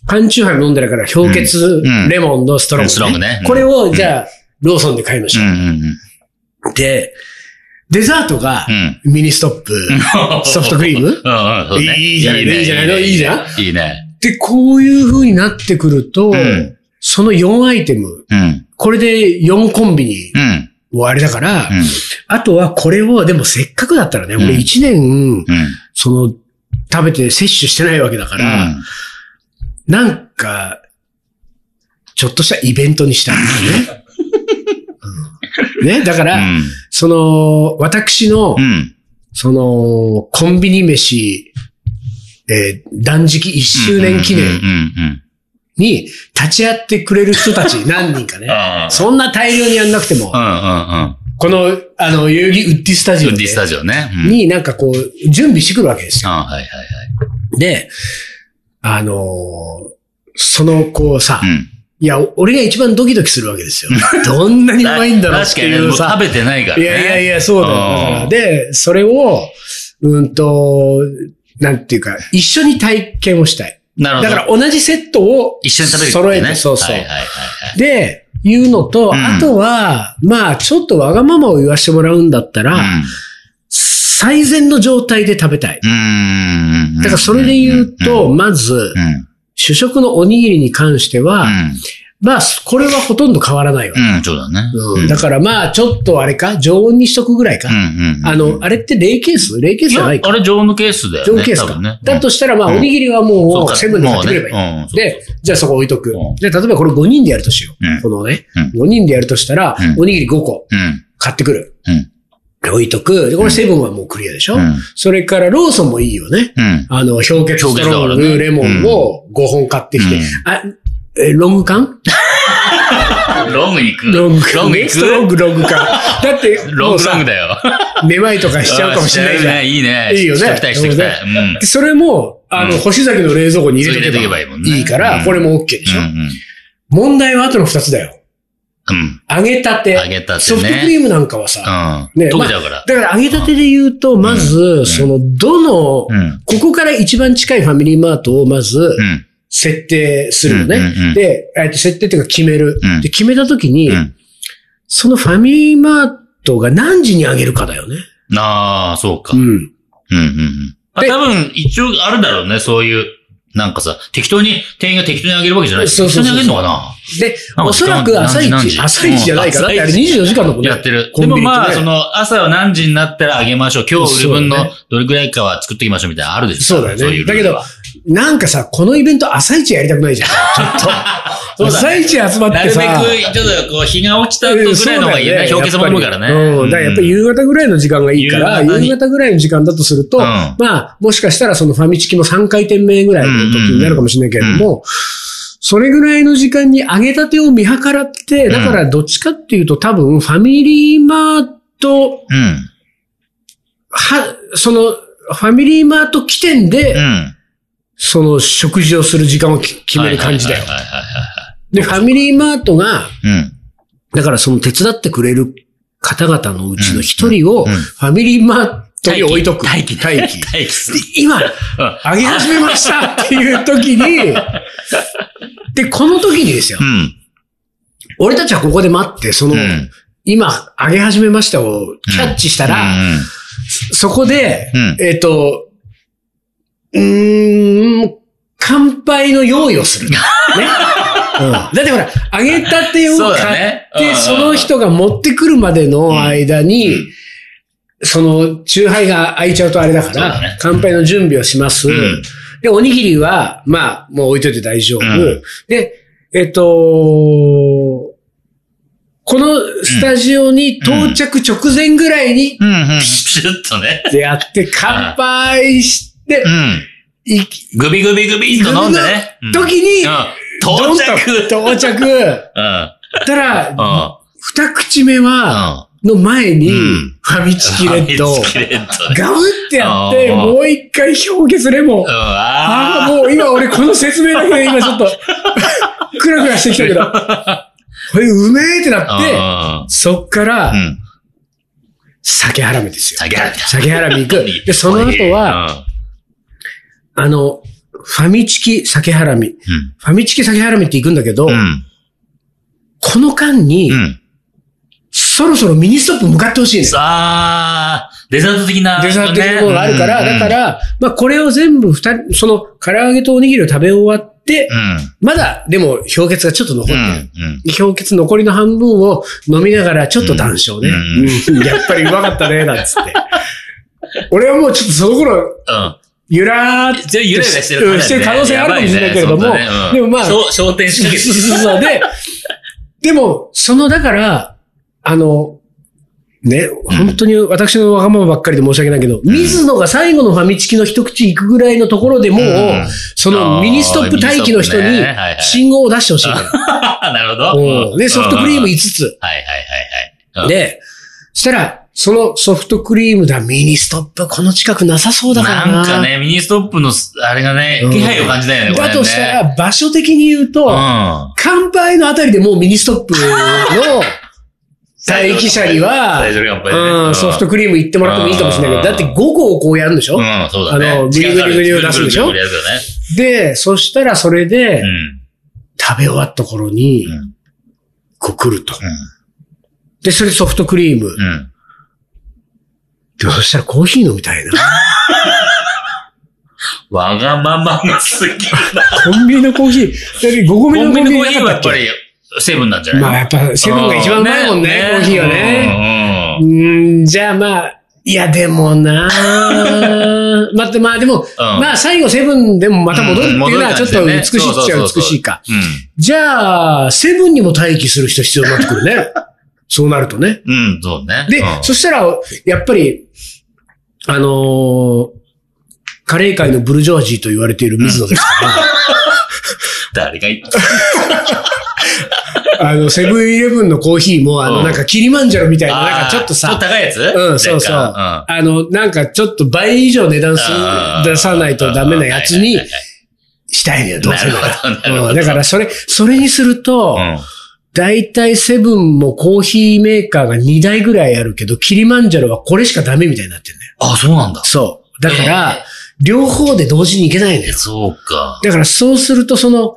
Speaker 1: 缶チューハイも飲んでるから、氷結
Speaker 2: うん
Speaker 1: レモンのストロング、
Speaker 2: うんストロングねうん
Speaker 1: これを、じゃあ、ローソンで買いまし
Speaker 2: う
Speaker 1: ょう。
Speaker 2: んうん
Speaker 1: で、デザートが
Speaker 2: う、ん。
Speaker 1: ミニストップ、ソフトクリーム
Speaker 2: うんうんそうね。
Speaker 1: いいじゃない
Speaker 2: ね
Speaker 1: いいじゃないいいじゃん
Speaker 2: いいね。
Speaker 1: で、こういう風になってくると、
Speaker 2: うん
Speaker 1: その4アイテム、
Speaker 2: うん。
Speaker 1: これで4コンビニ
Speaker 2: うん。
Speaker 1: はあれだから、
Speaker 2: うん。
Speaker 1: あとはこれを、でもせっかくだったらね、
Speaker 2: ん
Speaker 1: 俺1年、
Speaker 2: うん。
Speaker 1: その、食べて摂取してないわけだから、なんか、ちょっとしたイベントにしたいんだ よね。うんね、だから、その、私の
Speaker 2: うん。う、ん。
Speaker 1: その、コンビニ飯、えー断食1周年記
Speaker 2: うんうん
Speaker 1: 念
Speaker 2: うん
Speaker 1: に立ち会ってくれる人た ち何人か
Speaker 2: うん。
Speaker 1: ね。
Speaker 2: ああ。
Speaker 1: そんな大量にやんなくても
Speaker 2: う、んうんうん。
Speaker 1: この、あの、代々木ウッディスタジオ
Speaker 2: ウッデ
Speaker 1: で
Speaker 2: ィスタジオね。うん
Speaker 1: になんかこう、準備してくるわけですよ。
Speaker 2: ああ、はいはい
Speaker 1: で、あのーその、こうさ、
Speaker 2: はい。うん。
Speaker 1: いや、お俺が一番ドキドキするわけ ですよ。どんなにうまいんだろうっていう
Speaker 2: 確か
Speaker 1: さ
Speaker 2: にね。もう食。べてないから
Speaker 1: い
Speaker 2: ね。
Speaker 1: やいやいや、そうだよだか
Speaker 2: う
Speaker 1: ら。
Speaker 2: ん
Speaker 1: で、それを、うんと、なんていうか、一緒に体験をしたい。
Speaker 2: なる
Speaker 1: だ
Speaker 2: ほ
Speaker 1: か
Speaker 2: ど。
Speaker 1: ら同じセットを
Speaker 2: 一緒に食べる
Speaker 1: 揃えて、
Speaker 2: ね。
Speaker 1: そうそう。
Speaker 2: はいはいはいはい。
Speaker 1: で、いうのと、
Speaker 2: ん
Speaker 1: あとは、まあ、ちょっとわがままを言わしてもらうんだったら、最善の状態で食べたい。
Speaker 2: うん。
Speaker 1: だからそれで言うと、まず
Speaker 2: う、ん、
Speaker 1: 主食のおにぎりに関しては、まあ、これはほとんど変わらないわ。
Speaker 2: うん、うん、そうだね。
Speaker 1: うんだからまあ、ちょっとあれか、常温にしとくぐらいか。
Speaker 2: うん、うん。
Speaker 1: あの、あれって冷ケース冷ケース
Speaker 2: い
Speaker 1: じ
Speaker 2: や、
Speaker 1: ゃ
Speaker 2: あ
Speaker 1: ない
Speaker 2: れ
Speaker 1: か。
Speaker 2: 常温のケースだよね。
Speaker 1: 常温ケース
Speaker 2: 多
Speaker 1: か
Speaker 2: 分ね。。
Speaker 1: だとしたらまあ、おにぎりはも
Speaker 2: そう
Speaker 1: う
Speaker 2: か
Speaker 1: セブンで買ってくればいい。
Speaker 2: もうねうんそう
Speaker 1: で、じゃあそこ置いとく
Speaker 2: うん。
Speaker 1: で、例えばこれ5人でやるとしよ
Speaker 2: うん
Speaker 1: う。このね、
Speaker 2: う
Speaker 1: 5人でやるとしたら
Speaker 2: うん、
Speaker 1: おにぎり5個
Speaker 2: うん、
Speaker 1: 買ってくる。
Speaker 2: うん、
Speaker 1: で置いとく。で、これセブンはもうクリアでしょ
Speaker 2: うん
Speaker 1: それからローソンもいいよね。
Speaker 2: うん。
Speaker 1: あの、氷結スト
Speaker 2: 氷結だか
Speaker 1: ロ
Speaker 2: ら
Speaker 1: ング
Speaker 2: ね
Speaker 1: レモンを5本買ってきて
Speaker 2: うん、
Speaker 1: あ、え、ロング缶
Speaker 2: ロング行く。
Speaker 1: ロング缶。
Speaker 2: ロング
Speaker 1: ね
Speaker 2: 行
Speaker 1: ストロン
Speaker 2: く。
Speaker 1: グ、ロン グ缶。だって、
Speaker 2: ロ
Speaker 1: も
Speaker 2: ン
Speaker 1: う
Speaker 2: グロン
Speaker 1: さ
Speaker 2: グ、だよ。
Speaker 1: めまいとかしちゃうかもしれないじゃん。
Speaker 2: いいね。
Speaker 1: いいよね
Speaker 2: してきたい、してきたい。うん。
Speaker 1: それも、あの、
Speaker 2: うん
Speaker 1: 星崎の冷蔵庫に入れ
Speaker 2: そう入
Speaker 1: と
Speaker 2: れと
Speaker 1: け
Speaker 2: け
Speaker 1: ば
Speaker 2: ば
Speaker 1: い
Speaker 2: い
Speaker 1: い
Speaker 2: いもんね
Speaker 1: から、
Speaker 2: うん
Speaker 1: これも OK でしょ、
Speaker 2: うん
Speaker 1: 問題は後の二つだよ。
Speaker 2: うん。
Speaker 1: 揚げたて。
Speaker 2: 揚げたてね
Speaker 1: ソフトクリームなんかはさ、
Speaker 2: うん。
Speaker 1: ね
Speaker 2: 溶けちゃうから。
Speaker 1: だから揚げたてで言うと、まず、
Speaker 2: ん
Speaker 1: その、どの、
Speaker 2: うん。
Speaker 1: ここから一番近いファミリーマートをまず
Speaker 2: う、ん。
Speaker 1: 設定するの
Speaker 2: うんうんう
Speaker 1: ね。
Speaker 2: ん
Speaker 1: で、えっと設定っていうか決める
Speaker 2: うん。
Speaker 1: で、決めたときに
Speaker 2: う、ん。
Speaker 1: そのファミリーマートが何時に揚げるかだよね。
Speaker 2: ああ、そうか。
Speaker 1: う
Speaker 2: うん
Speaker 1: ん。
Speaker 2: うんうん。あ
Speaker 1: で
Speaker 2: 多分、一応あるだろうね、そういう。なんかさ、適当に、店員が適当にあげるわけじゃない。
Speaker 1: そう
Speaker 2: 適
Speaker 1: そうそう
Speaker 2: 当にあげるのかな
Speaker 1: で、
Speaker 2: なんか
Speaker 1: おそらく朝一
Speaker 2: 何時、何時
Speaker 1: 朝一じゃないかな。だってあれ24時間だもんね。
Speaker 2: やってる。
Speaker 1: コ
Speaker 2: で
Speaker 1: ンビニ
Speaker 2: も
Speaker 1: ってね
Speaker 2: まあ、その、朝は何時になったらあげましょう。今日売る分の
Speaker 1: そうだね
Speaker 2: どれくらいかは作ってきましょうみたいなのあるでしょ。
Speaker 1: そうだよ
Speaker 2: い
Speaker 1: ね。
Speaker 2: ルー
Speaker 1: だ
Speaker 2: ル
Speaker 1: けど、なんかさ、このイベント朝一やりたくないじゃん。ちょっと。
Speaker 2: そうだね
Speaker 1: 朝一集まっ
Speaker 2: な
Speaker 1: て
Speaker 2: る
Speaker 1: さ。
Speaker 2: べく、ちょっとこう、日が落ちた後
Speaker 1: うん
Speaker 2: ぐ
Speaker 1: そう
Speaker 2: らいの方がいいよ
Speaker 1: だよ
Speaker 2: ね。氷結もあるからね。
Speaker 1: うん。だからやっぱり夕方ぐらいの時間がいいから、
Speaker 2: 夕
Speaker 1: 夕
Speaker 2: 方
Speaker 1: 方
Speaker 2: に
Speaker 1: ぐらいの時間だとすると、
Speaker 2: うん
Speaker 1: まあ、もしかしたらそのファミチキも3回転目ぐらいの時になるかもしれないけれども、それぐらいの時間に揚げたてを見計らって、だからどっちかっていうと多分ファミリーマート、
Speaker 2: うん。
Speaker 1: は、その、ファミリーマート起点で、
Speaker 2: うん。
Speaker 1: その食事をする時間をき決める感じだよ
Speaker 2: はい。はいはい
Speaker 1: で、ファミリーマートが、
Speaker 2: はいはい。うん。
Speaker 1: だからその手伝ってくれる方々のうちの一人を、
Speaker 2: うんうん
Speaker 1: ファミリーマートに置いとく。
Speaker 2: 待機
Speaker 1: 待機。
Speaker 2: 待機する。
Speaker 1: で今、あげ始めましたっていう時に、 で、この時にですよ
Speaker 2: う。ん。
Speaker 1: 俺たちはここで待って、その、
Speaker 2: うん
Speaker 1: 今、あげ始めましたをキャッチしたら、
Speaker 2: うん
Speaker 1: そこで、
Speaker 2: うん
Speaker 1: えっ、と、うーん、乾杯の用意を する。ね。うんだってほら、揚げたてを
Speaker 2: そうだ
Speaker 1: 買っ
Speaker 2: ねうんうんう
Speaker 1: て、
Speaker 2: ん
Speaker 1: その人が持ってくるまでの間に、
Speaker 2: うん
Speaker 1: その、酎ハイが空いちゃうとあれだか
Speaker 2: そう
Speaker 1: ら、
Speaker 2: だね
Speaker 1: 乾杯の準備をします、
Speaker 2: ん
Speaker 1: で、おにぎりは、まあ、もう置いといて大丈夫。
Speaker 2: うん
Speaker 1: で、えっ、とこのスタジオに到着直前ぐらいに
Speaker 2: うん。うん。ピシュッとね。
Speaker 1: でやって、乾杯して
Speaker 2: う、ん。
Speaker 1: いき、
Speaker 2: グビグビグビっと飲んでね。うん
Speaker 1: 時に
Speaker 2: うん、
Speaker 1: ど
Speaker 2: 到
Speaker 1: ん
Speaker 2: 着
Speaker 1: と到着。
Speaker 2: うん。うん。
Speaker 1: たら、
Speaker 2: う
Speaker 1: 二口目は、
Speaker 2: ん。
Speaker 1: の前に
Speaker 2: うん、
Speaker 1: ファミチキレッド
Speaker 2: ファ、ミチキレッドね。
Speaker 1: ガブってやって、
Speaker 2: うん
Speaker 1: もう一回氷結レモン
Speaker 2: うん。。
Speaker 1: ああ、
Speaker 2: ああ。
Speaker 1: もう今俺この説明だけ で今ちょっと、クラクラしてきたけど、これうめえってなって、そっから
Speaker 2: う、ん。
Speaker 1: 酒ハラミですよ。
Speaker 2: 酒ハラミだ
Speaker 1: 酒ハラミ行
Speaker 2: うん
Speaker 1: く。で、その後は、、あの、ファミチキ酒ハラミ。
Speaker 2: うん。
Speaker 1: ファミチキ酒ハラミって行くんだけど、
Speaker 2: うん。
Speaker 1: この間に、
Speaker 2: うん。
Speaker 1: そろそろミニストップ向かってほしいね。
Speaker 2: さあ、デザート的な。
Speaker 1: デザート的なものがあるから、
Speaker 2: ね
Speaker 1: だか、ら、まあこれを全部二人、その唐揚げとおにぎりを食べ終わって、
Speaker 2: うん。
Speaker 1: まだ、でも氷結がちょっと残って
Speaker 2: う
Speaker 1: る。
Speaker 2: ん。うん。
Speaker 1: 氷結残りの半分を飲みながら、ちょっと談笑ね。
Speaker 2: うん
Speaker 1: うんやっぱりうまかったね、なんつって。俺はもうちょっとその頃、
Speaker 2: うん。
Speaker 1: ゆらーっ
Speaker 2: じゃゆらゆらしてる
Speaker 1: うんしてる可能性があるかもしれないけれどもでもまあ
Speaker 2: 焦点し
Speaker 1: そう
Speaker 2: かけて
Speaker 1: そう そう。で、でも、その、だから、あの、ね、本当に私のわがままばっかりで申し訳ないけど、水野が最後のファミチキの一口行くぐらいのところでもう、
Speaker 2: うん
Speaker 1: そのミニストップ待機の人
Speaker 2: あーミニ
Speaker 1: に
Speaker 2: ストップねはいはい
Speaker 1: 信号を出してほしいのよ、
Speaker 2: なるほど。
Speaker 1: うんで、ソフトクリーム
Speaker 2: うん
Speaker 1: 5つ。
Speaker 2: はいはいはいはい。
Speaker 1: で、そしたら、そのソフトクリームだ、ミニストップ、この近くなさそうだからな。
Speaker 2: なんかね、ミニストップのす、あれがね
Speaker 1: う、ん
Speaker 2: 気配を感じたよね、これね。
Speaker 1: だとしたら、場所的に言うと、
Speaker 2: うん。
Speaker 1: 乾杯のあたりでもうミニストップ の待機者には、
Speaker 2: 最初の乾杯でね
Speaker 1: うんソフトクリーム行ってもらってもいいかもしれないけど、
Speaker 2: うん
Speaker 1: だって5個をこうやるんでしょ、
Speaker 2: うん、そうだね。
Speaker 1: あのグリグリグリを出すでしょ
Speaker 2: グリグリグリグリやる
Speaker 1: で、そしたらそれで、
Speaker 2: よね
Speaker 1: 食べ終わった頃に
Speaker 2: うん。う、ん。
Speaker 1: こう来ると。で、それソフトクリーム。
Speaker 2: うん。うん。
Speaker 1: でそしたらコーヒー飲みたいな。
Speaker 2: わがままがすぎる。
Speaker 1: コンビニのコーヒー。だって5個
Speaker 2: コ
Speaker 1: 目の
Speaker 2: ン
Speaker 1: コン
Speaker 2: ビ
Speaker 1: ビ
Speaker 2: ニの
Speaker 1: ニ
Speaker 2: コーヒーはや
Speaker 1: なかっ
Speaker 2: っぱ
Speaker 1: たっ
Speaker 2: り、セブンなんじゃ
Speaker 1: け
Speaker 2: ない
Speaker 1: まあやっぱセブンが一番うまいもんね、コーヒーはね。
Speaker 2: ね。うん
Speaker 1: うん、じゃあまあ、いやでもなあ まあでまあでも、まあ最後セブンでもまた戻るっていうのは
Speaker 2: うん
Speaker 1: ちょっと
Speaker 2: 戻る
Speaker 1: 美し
Speaker 2: 感じでね
Speaker 1: いっちゃ
Speaker 2: そうそうそうそう
Speaker 1: 美しいか。
Speaker 2: う
Speaker 1: じゃあ、セブンにも待機する人必要になってくる ね。そうなるとね。
Speaker 2: ん。うん、そうね。
Speaker 1: で、
Speaker 2: うん
Speaker 1: そしたら、やっぱり、あのーカレー界のブルジョワジーと言われている水野ですか
Speaker 2: 誰が言った
Speaker 1: ら、あ の、セブンイレブンのコーヒーも、あ
Speaker 2: う
Speaker 1: の、
Speaker 2: ん
Speaker 1: なんかキリマンジャロみたいな、
Speaker 2: あ ー
Speaker 1: なんかちょっと
Speaker 2: ちょっ
Speaker 1: さ、
Speaker 2: と高いやつ
Speaker 1: うん、そうそう。
Speaker 2: 若
Speaker 1: あの、なんかちょっと倍以上値段する
Speaker 2: 干うん
Speaker 1: 出さないとダメなやつに
Speaker 2: はいはいはい
Speaker 1: したいのよ、どう
Speaker 2: な
Speaker 1: せ
Speaker 2: る
Speaker 1: なら
Speaker 2: ほど、なるほ
Speaker 1: う
Speaker 2: ど。
Speaker 1: んだからそれ、それにすると、
Speaker 2: うん、
Speaker 1: だいたいセブンもコーヒーメーカーが2台ぐらいあるけど、キリマンジャロはこれしかダメみたいになってんだよ。
Speaker 2: あ、そうなんだ。
Speaker 1: そう。だから、両方で同時にいけないんだよ。
Speaker 2: そうか。
Speaker 1: だからそうすると、その、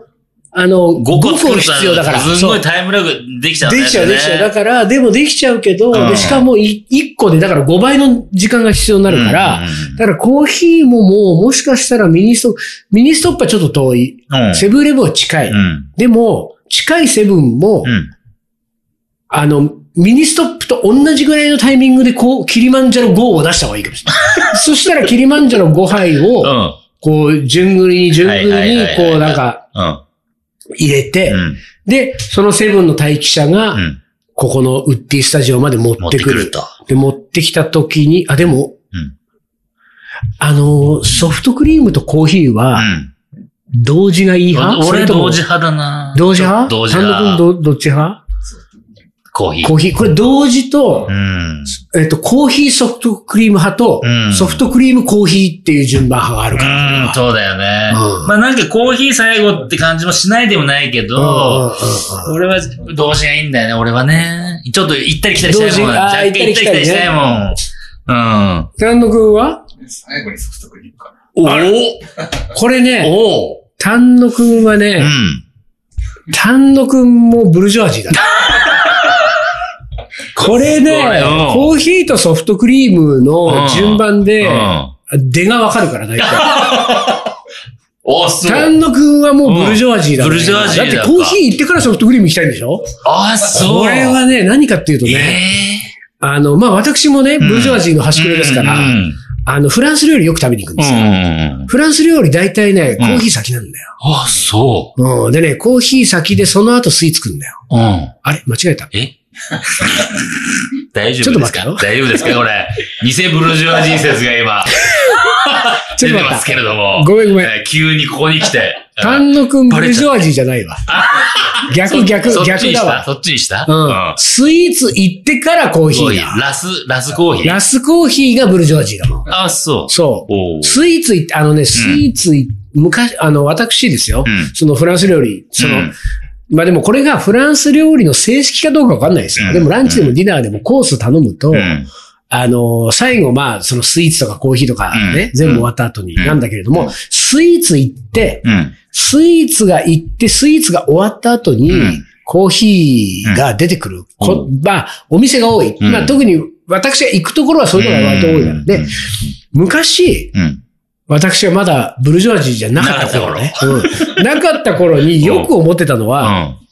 Speaker 1: あの、5
Speaker 2: 5個作る
Speaker 1: 必要だから。
Speaker 2: すん
Speaker 1: そ
Speaker 2: ご
Speaker 1: う
Speaker 2: いタイムラグできちゃうんだ
Speaker 1: で
Speaker 2: よ
Speaker 1: き
Speaker 2: ね。
Speaker 1: ちゃう、できちゃう。だから、でもできちゃうけど、
Speaker 2: うん
Speaker 1: でしかもい1個で、だから5倍の時間が必要になるから、だからコーヒーももう、もしかしたらミニストップ、ミニストップはちょっと遠い。
Speaker 2: うん、うん。
Speaker 1: セブンイレブンは近い。
Speaker 2: うん。
Speaker 1: でも、近いセブンも、
Speaker 2: うん。
Speaker 1: あの、ミニストップと同じぐらいのタイミングで、こう、キリマンジャロ5を出した方がいいかもしれ ない。そしたら、キリマンジャロ5杯
Speaker 2: う
Speaker 1: を、
Speaker 2: ん。
Speaker 1: こう、順繰りに順繰
Speaker 2: はいはい
Speaker 1: りに
Speaker 2: はいは、い
Speaker 1: こう、なんか、
Speaker 2: うん。
Speaker 1: 入れて、
Speaker 2: うん。
Speaker 1: で、そのセブンの待機者が、
Speaker 2: うん。
Speaker 1: ここのウッディスタジオまで持
Speaker 2: 持
Speaker 1: っ
Speaker 2: ってて
Speaker 1: く
Speaker 2: く
Speaker 1: る。
Speaker 2: ると。
Speaker 1: で、持ってきた時に、あ、でも、
Speaker 2: うん
Speaker 1: あのー、ソフトクリームとコーヒー
Speaker 2: う
Speaker 1: は、
Speaker 2: ん。
Speaker 1: 同時がいい派、それ
Speaker 2: 俺、
Speaker 1: とも
Speaker 2: 同時派だな
Speaker 1: 同時派
Speaker 2: 同時
Speaker 1: 単
Speaker 2: 派。
Speaker 1: 独ど、どっち派
Speaker 2: コーヒー。
Speaker 1: コーヒー。これ同時と、
Speaker 2: うん。
Speaker 1: えっと、コーヒーソフトクリーム派と、
Speaker 2: うん
Speaker 1: ソフトクリームコーヒーっていう順番派があるか
Speaker 2: うん、
Speaker 1: ら。
Speaker 2: そうだよね。
Speaker 1: うん
Speaker 2: まあなんかコーヒー最後って感じもしないでもないけ
Speaker 1: うんうんうん
Speaker 2: ど、俺は同時がいいんだよね、俺はね。ちょっと行ったり来たりしたい
Speaker 1: 同
Speaker 2: もん。
Speaker 1: 時あー
Speaker 2: 若干行ったり来たりしたいもん。うん。
Speaker 1: 丹野くんは
Speaker 3: 最後にソフトクリームかな。
Speaker 1: これね、
Speaker 2: おお
Speaker 1: 丹野くんは
Speaker 2: う
Speaker 1: ね、
Speaker 2: ん。
Speaker 1: 丹野くんもブルジョア ジーだ。これね
Speaker 2: これうん、
Speaker 1: コーヒーとソフトクリームの順番で
Speaker 2: う、ん。
Speaker 1: 出がわかるから、大体。
Speaker 2: おそう。
Speaker 1: 丹野くんはもうブルジョアジーだね。
Speaker 2: うんブルジョアジーだ
Speaker 1: だってコーヒー行ってからソフトクリーム行きたいんでしょ
Speaker 2: あ、そう。
Speaker 1: これはね、何かっていうと
Speaker 2: え
Speaker 1: ね、
Speaker 2: え
Speaker 1: あの、まあ、私もね、ブルジョアジーの端くれですから、
Speaker 2: うん。
Speaker 1: あの、フランス料理よく食べに行くんで
Speaker 2: う
Speaker 1: すよ。
Speaker 2: ん。
Speaker 1: フランス料理大体ね、
Speaker 2: う
Speaker 1: コ
Speaker 2: ん
Speaker 1: ーヒー先なんだよ。
Speaker 2: あ、そ
Speaker 1: うん。でね、コーヒー先でその後スイーツ食うんだよ。
Speaker 2: う。うん。
Speaker 1: あれ間違えた。
Speaker 2: え大丈
Speaker 1: ちょっと
Speaker 2: 夫で
Speaker 1: 待
Speaker 2: す
Speaker 1: って
Speaker 2: か
Speaker 1: よ
Speaker 2: 大丈夫ですかこれ。偽ブルジョア人説が今、
Speaker 1: ちょ
Speaker 2: 出
Speaker 1: っと
Speaker 2: てま
Speaker 1: 待っ
Speaker 2: す
Speaker 1: た。
Speaker 2: けれども。
Speaker 1: ごめんごめん。
Speaker 2: えー急にここに来て。
Speaker 1: 丹野くんブ
Speaker 2: バレちゃった
Speaker 1: ルジョアジーじゃないわ。逆逆
Speaker 2: そっち
Speaker 1: 逆
Speaker 2: に
Speaker 1: だ
Speaker 2: した
Speaker 1: わ。
Speaker 2: そっちにした
Speaker 1: うん。スイーツ行ってからコーヒ
Speaker 2: コー
Speaker 1: ー
Speaker 2: ヒ
Speaker 1: だ。
Speaker 2: ー。ラス、ラスコーヒー。
Speaker 1: ラスコーヒーがブルジョアジーだもん。
Speaker 2: あ、そう。
Speaker 1: そ
Speaker 2: お
Speaker 1: う。
Speaker 2: ー
Speaker 1: スイーツ行って、あのね、スイーツ行っ昔、あの、私ですよ。
Speaker 2: うん
Speaker 1: そのフランス料理、その、まあでもこれがフランス料理の正式かどうかわかんないですよ。
Speaker 2: うん
Speaker 1: でもランチでもディナーでもコース頼むと、
Speaker 2: うん。うん。
Speaker 1: あの、最後まあそのスイーツとかコーヒーとかね、
Speaker 2: うん
Speaker 1: 全部終わった後に
Speaker 2: うん
Speaker 1: なんだけれども、
Speaker 2: うん
Speaker 1: スイーツ行って、
Speaker 2: うん。
Speaker 1: スイーツが行って、スイーツが終わった後に、
Speaker 2: うん
Speaker 1: コーヒーが出てくる、こ
Speaker 2: う
Speaker 1: まあお店が多い。
Speaker 2: うん
Speaker 1: まあ特に私が行くところはそういうのが割と多いな
Speaker 2: うん
Speaker 1: んで、昔、
Speaker 2: うん。
Speaker 1: 私はまだブルジョアジーじゃなかった頃ね。うんなかった頃によく思ってたのは、
Speaker 2: う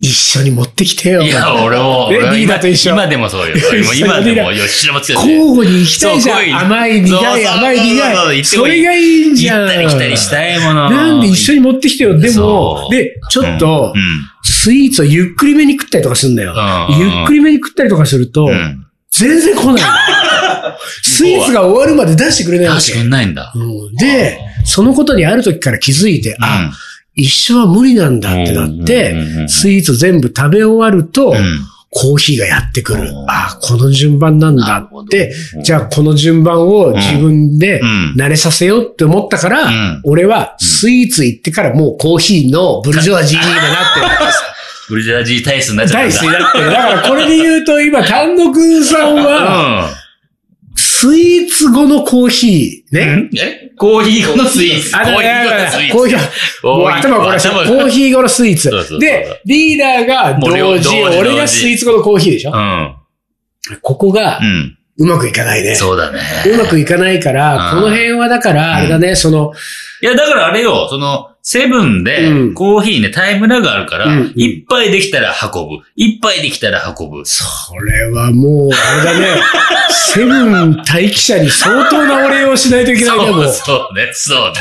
Speaker 1: 一緒に持ってきてよ。
Speaker 2: ん。いや、俺も、
Speaker 1: え
Speaker 2: 俺も
Speaker 1: リーダーと一緒
Speaker 2: 今でもそうよ。俺も
Speaker 1: 一緒
Speaker 2: 今でも、
Speaker 1: リ
Speaker 2: 吉田もつけてて。
Speaker 1: 交互に行きたいじ
Speaker 2: そう交
Speaker 1: ゃん。
Speaker 2: 互に
Speaker 1: 甘い苦い、
Speaker 2: そうそう
Speaker 1: 甘い
Speaker 2: そう
Speaker 1: 苦
Speaker 2: そう
Speaker 1: い。
Speaker 2: そう
Speaker 1: それがいいんじゃ
Speaker 2: 行
Speaker 1: ん。
Speaker 2: ったり来たりしたいもの。
Speaker 1: なんで一緒に持ってきてよ。でも
Speaker 2: そ、う
Speaker 1: で、ちょっと
Speaker 2: う、ん。
Speaker 1: スイーツをゆっくりめに食ったりとかするんだよ
Speaker 2: う。ん
Speaker 1: ゆっくりめに食ったりとかすると
Speaker 2: う、ん。
Speaker 1: 全然来 ないの。スイーツが終わるまで出してくれないわ
Speaker 2: 出
Speaker 1: け
Speaker 2: してく。んないんだ。
Speaker 1: うんで、そのことにある時から気づいて、あ、一緒は無理なんだってなっ
Speaker 2: うん
Speaker 1: て、
Speaker 2: うんうんうん
Speaker 1: スイーツ全部食べ終わると、
Speaker 2: うん
Speaker 1: コーヒーがやってくる
Speaker 2: う。ん
Speaker 1: あこの順番なん
Speaker 2: なる
Speaker 1: だ
Speaker 2: ほ
Speaker 1: っ
Speaker 2: ど
Speaker 1: て
Speaker 2: うん、
Speaker 1: じゃあこの順番を自分で
Speaker 2: うん
Speaker 1: 慣れさせようって思ったから、
Speaker 2: うん
Speaker 1: 俺はスイーツ行ってからもうコーヒーのブルジョアジーに今な ってるんです。
Speaker 2: ブルジョアジー体質になっちゃ
Speaker 1: 大
Speaker 2: っ
Speaker 1: 好
Speaker 2: た
Speaker 1: き
Speaker 2: ん
Speaker 1: に
Speaker 2: だ。
Speaker 1: なってる。だからこれで言うと今、丹野くんさんは、スイーツ後のコーヒー、
Speaker 2: う
Speaker 1: ね。
Speaker 2: ん。えコーヒー後のスイーツ。コ
Speaker 1: あ
Speaker 2: ー
Speaker 1: だ
Speaker 2: ヒ
Speaker 1: から
Speaker 2: ー
Speaker 1: だか
Speaker 2: 後のスイ
Speaker 1: ら
Speaker 2: ーツ。
Speaker 1: コーヒー
Speaker 2: お
Speaker 1: もう頭がこれ、コ
Speaker 2: 頭が
Speaker 1: ーヒー後のスイーツ
Speaker 2: そうそうそ。う
Speaker 1: で、リーダーが
Speaker 2: もう両
Speaker 1: 同時、
Speaker 2: 同時
Speaker 1: 俺がスイーツ後のコーヒーでしょ
Speaker 2: うん。
Speaker 1: ここが
Speaker 2: うん。
Speaker 1: うまくいかないね。
Speaker 2: そうだね。
Speaker 1: うまくいかないから、
Speaker 2: う
Speaker 1: こ
Speaker 2: ん
Speaker 1: の辺はだから、あれだね、その、
Speaker 2: いや、だからあれよ、その、セブン
Speaker 1: う
Speaker 2: で
Speaker 1: ん、
Speaker 2: コーヒーね、タイムラグあるから
Speaker 1: うんうん、
Speaker 2: 一杯できたら運ぶ。一杯できたら運ぶ。
Speaker 1: これはもう、あれだ ね、セブン待機者に相当なお礼をしないといけないね、も
Speaker 2: そううそうね、そうね。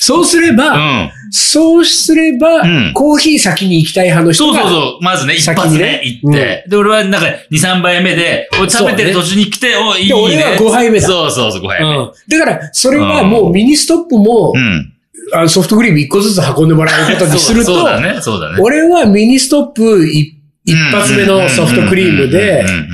Speaker 1: そうすれ
Speaker 2: うん。
Speaker 1: ば、
Speaker 2: うん。
Speaker 1: そうすれば
Speaker 2: うん、
Speaker 1: コーヒー先に行きたい派の人
Speaker 2: そう
Speaker 1: が、
Speaker 2: そうそう。まずね、一
Speaker 1: 先
Speaker 2: 発
Speaker 1: に
Speaker 2: ね
Speaker 1: ね、
Speaker 2: 行って。で、俺はなんか、2、3杯目で、俺食べてる
Speaker 1: そう
Speaker 2: 途
Speaker 1: ね
Speaker 2: 中に来て、お、いいね。
Speaker 1: 俺は五杯目だ
Speaker 2: そうそうそう、5杯目。
Speaker 1: うんだから、それはもうミニストップも
Speaker 2: う、ん。
Speaker 1: あのソフトクリーム1個ずつ運んでもらうことにすると
Speaker 2: そう、そうだね、そうだね。
Speaker 1: 俺はミニストップい一
Speaker 2: うん
Speaker 1: 発目のソフトクリームで
Speaker 2: うんうんうんうんうん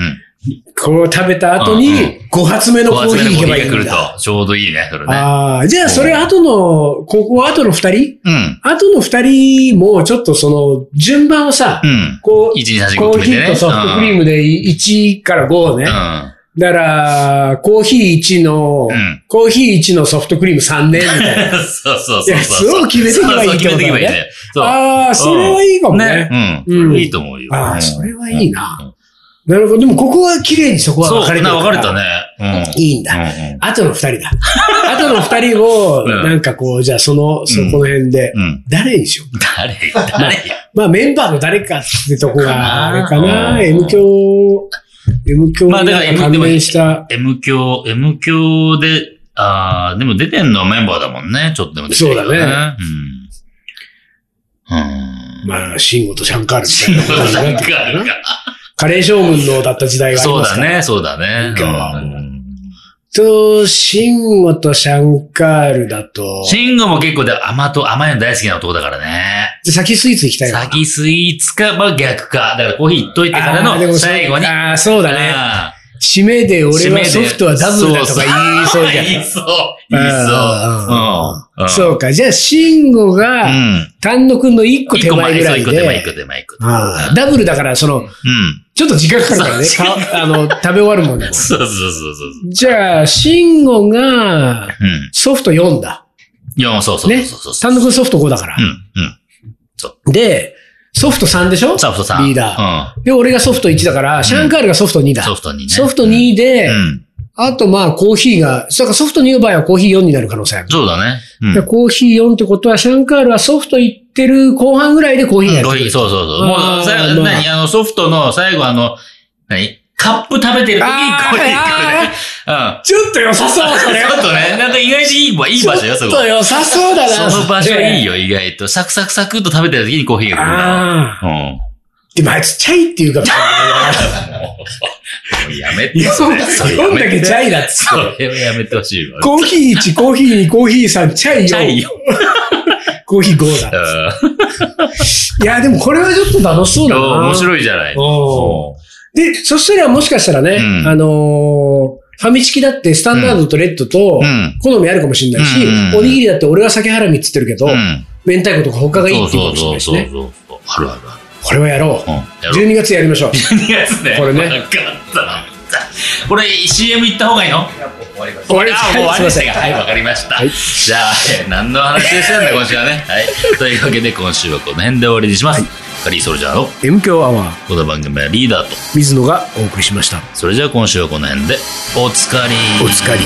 Speaker 1: これを食べた後
Speaker 2: うんう
Speaker 1: に、5発目の
Speaker 2: 5
Speaker 1: コー
Speaker 2: 発目
Speaker 1: ヒ
Speaker 2: の
Speaker 1: ー行け
Speaker 2: コーヒ
Speaker 1: ばい
Speaker 2: ー
Speaker 1: い
Speaker 2: が来
Speaker 1: ん
Speaker 2: る
Speaker 1: だ。
Speaker 2: と、ちょうどいいね、それね。
Speaker 1: ああ、じゃあそれ後の、高校後の二人
Speaker 2: うん。
Speaker 1: 後の二人もちょっとその、順番をさ
Speaker 2: う、ん。
Speaker 1: こう、
Speaker 2: 1、2、3、4、
Speaker 1: コ
Speaker 2: 5
Speaker 1: ー
Speaker 2: 決
Speaker 1: ヒ
Speaker 2: めて
Speaker 1: ー
Speaker 2: ね。
Speaker 1: とソフトクリームで1から5ね
Speaker 2: う。ん。
Speaker 1: だから、コーヒー1の、
Speaker 2: うん
Speaker 1: コーヒー1のソフトクリーム3年みたいな。
Speaker 2: うん。そうそうそうそう。
Speaker 1: そう決めていけばいいってことだね
Speaker 2: そうそう決めていけばいいね。 そう。
Speaker 1: ああ、それはいいかもね。
Speaker 2: ね。う。
Speaker 1: うんん
Speaker 2: それいいと思うよ。
Speaker 1: あー
Speaker 2: うん
Speaker 1: それはいいな。
Speaker 2: うんうん
Speaker 1: なるほど。でもここは綺麗にそこは
Speaker 2: そう、
Speaker 1: 分かれてる
Speaker 2: な
Speaker 1: から。
Speaker 2: 分かれたね。
Speaker 1: いいんだ。
Speaker 2: う
Speaker 1: あとの二人だ。 あとの二人を、
Speaker 2: うん
Speaker 1: なんかこう、じゃあその、そこの辺で、
Speaker 2: ん。うん。うん。
Speaker 1: 誰にしよう
Speaker 2: 誰誰や
Speaker 1: まあメンバーの誰かってとこが、あれか
Speaker 2: か
Speaker 1: な、
Speaker 2: な
Speaker 1: M 教、M 教に
Speaker 2: まあだか
Speaker 1: な
Speaker 2: ら
Speaker 1: んか
Speaker 2: M
Speaker 1: 関
Speaker 2: でもいい
Speaker 1: 連した、
Speaker 2: ?M 教、M 教で、ああ、でも出てんのはメンバーだもんね。ちょっとでも出てるよ
Speaker 1: そうだ
Speaker 2: ね。うん。うん。
Speaker 1: まあ、シンゴとシャンカール
Speaker 2: シン
Speaker 1: みたいなことになってくる
Speaker 2: があ
Speaker 1: か
Speaker 2: る
Speaker 1: な。
Speaker 2: か。
Speaker 1: カレー将軍のだった時代があり
Speaker 2: そう
Speaker 1: ます
Speaker 2: だ
Speaker 1: から。
Speaker 2: ね、そうだね。
Speaker 1: 今日は
Speaker 2: うん
Speaker 1: と、シンゴとシャンカールだと、
Speaker 2: シンゴも結構で甘と甘いの大好きな男だからね。
Speaker 1: で先スイーツ行きたいな。
Speaker 2: 先スイーツか、まあ逆か。だからコーヒーいっといてから
Speaker 1: あーでも
Speaker 2: の最後に。
Speaker 1: ああ、そうだね。
Speaker 2: あ
Speaker 1: 締めで
Speaker 2: ー
Speaker 1: 俺はソフトはダブルだとか言いそうじゃん。
Speaker 2: 言いそう。
Speaker 1: うん
Speaker 2: 言いそう。。
Speaker 1: そううか。じゃあ、シンゴ
Speaker 2: う
Speaker 1: が、
Speaker 2: ん。
Speaker 1: 丹野くんの一個
Speaker 2: 一
Speaker 1: 手
Speaker 2: 個
Speaker 1: 前
Speaker 2: 前、
Speaker 1: ぐら
Speaker 2: そう一
Speaker 1: い
Speaker 2: 個手前、一
Speaker 1: で。
Speaker 2: 個手前、一個手前。
Speaker 1: ああダブルだから、その、
Speaker 2: うん。
Speaker 1: ちょっと時間かかるからね。
Speaker 2: そう
Speaker 1: かあの、食べ終わるもんね。
Speaker 2: そうそうそうそう。
Speaker 1: じゃあ、シンゴが、
Speaker 2: うん。
Speaker 1: ソフト4だ。
Speaker 2: いや、そうそうそう
Speaker 1: ね
Speaker 2: そう。。そう
Speaker 1: 単独ソフト5だから
Speaker 2: う。ん。うん。
Speaker 1: で、ソフト3でしょ
Speaker 2: ソフトさん。
Speaker 1: リーダ
Speaker 2: ー。
Speaker 1: で、俺がソフト1だから、シャンカールがソフト2
Speaker 2: うん。
Speaker 1: だ。
Speaker 2: ソフトにね。
Speaker 1: ソフト2で、
Speaker 2: うん。
Speaker 1: あとまあコーヒーが、だからソフト2の場合はコーヒー4になる可能性ある。
Speaker 2: そうだね。う
Speaker 1: で
Speaker 2: ん。
Speaker 1: コーヒー4ってことは、シャンカールはソフトいってる後半ぐらいでコーヒーがや
Speaker 2: コ
Speaker 1: っ
Speaker 2: ー
Speaker 1: てく
Speaker 2: ヒー
Speaker 1: る。
Speaker 2: そうそうそう。も
Speaker 1: あー
Speaker 2: う、さ
Speaker 1: まあ
Speaker 2: 何あの、ソフトの最後あの、何カップ食べてる時に
Speaker 1: あー
Speaker 2: コーヒー買うね。うん。
Speaker 1: ちょっと良さそう、それ
Speaker 2: ちょっとね、なんか意外といい場、いい場所よ、
Speaker 1: ち
Speaker 2: そ
Speaker 1: ょっ
Speaker 2: こ。
Speaker 1: と良さそうだな。
Speaker 2: その場所いい
Speaker 1: よ。
Speaker 2: よ、意外と。サクサクサクっと食べてる時にコーヒーが来るんだ
Speaker 1: ああ。
Speaker 2: ろ
Speaker 1: でもあいつチャイって いうか、
Speaker 2: うん。やめて。それそれや
Speaker 1: 4
Speaker 2: め
Speaker 1: だけ
Speaker 2: て。
Speaker 1: チャイだっつ
Speaker 2: そ
Speaker 1: って。
Speaker 2: れはやめてほしいわ。
Speaker 1: コーヒー1、コーヒー2、コーヒー3、チャイ
Speaker 2: チャイ
Speaker 1: 4、
Speaker 2: よ。
Speaker 1: コーヒー5
Speaker 2: う
Speaker 1: だ。
Speaker 2: ん
Speaker 1: いや、でもこれはちょっと楽しそうだな。
Speaker 2: 面白いじゃない。
Speaker 1: お
Speaker 2: う
Speaker 1: で、そしたらもしかしたらね、
Speaker 2: うん
Speaker 1: あのーファミチキだってスタンダードとレッドと
Speaker 2: うん、
Speaker 1: 好みあるかもしれないし、
Speaker 2: うん
Speaker 1: おにぎりだって俺は酒ハラミっつってるけど、
Speaker 2: ん。
Speaker 1: 明太子とか他がいい
Speaker 2: そ
Speaker 1: っ
Speaker 2: う
Speaker 1: ていうか
Speaker 2: そ
Speaker 1: も
Speaker 2: う
Speaker 1: しれな
Speaker 2: そ
Speaker 1: いうし
Speaker 2: そう
Speaker 1: ね。
Speaker 2: そう。あるあるあ
Speaker 1: これはやろ
Speaker 2: る。うん。や
Speaker 1: う。
Speaker 2: ろう。
Speaker 1: 12月やりましょう。
Speaker 2: 12月ね。
Speaker 1: これね
Speaker 2: わかった。これ CM 行った方がいいの
Speaker 3: いや、もう終わりました。
Speaker 1: 終わりです
Speaker 2: あ、もう終わりでし
Speaker 1: す
Speaker 2: たか。
Speaker 1: いません
Speaker 2: はい、わかりました。
Speaker 1: はい
Speaker 2: じゃあ、えー何の話でしたんだ、今週はね。はい。というわけで、今週はこの辺で終わりにします。カリーソルジャーの
Speaker 1: M 強アワー、
Speaker 2: この番組はリーダーと。
Speaker 1: 水野がお送りしました。
Speaker 2: それじゃあ今週はこの辺で、おつかり。
Speaker 1: お疲れ。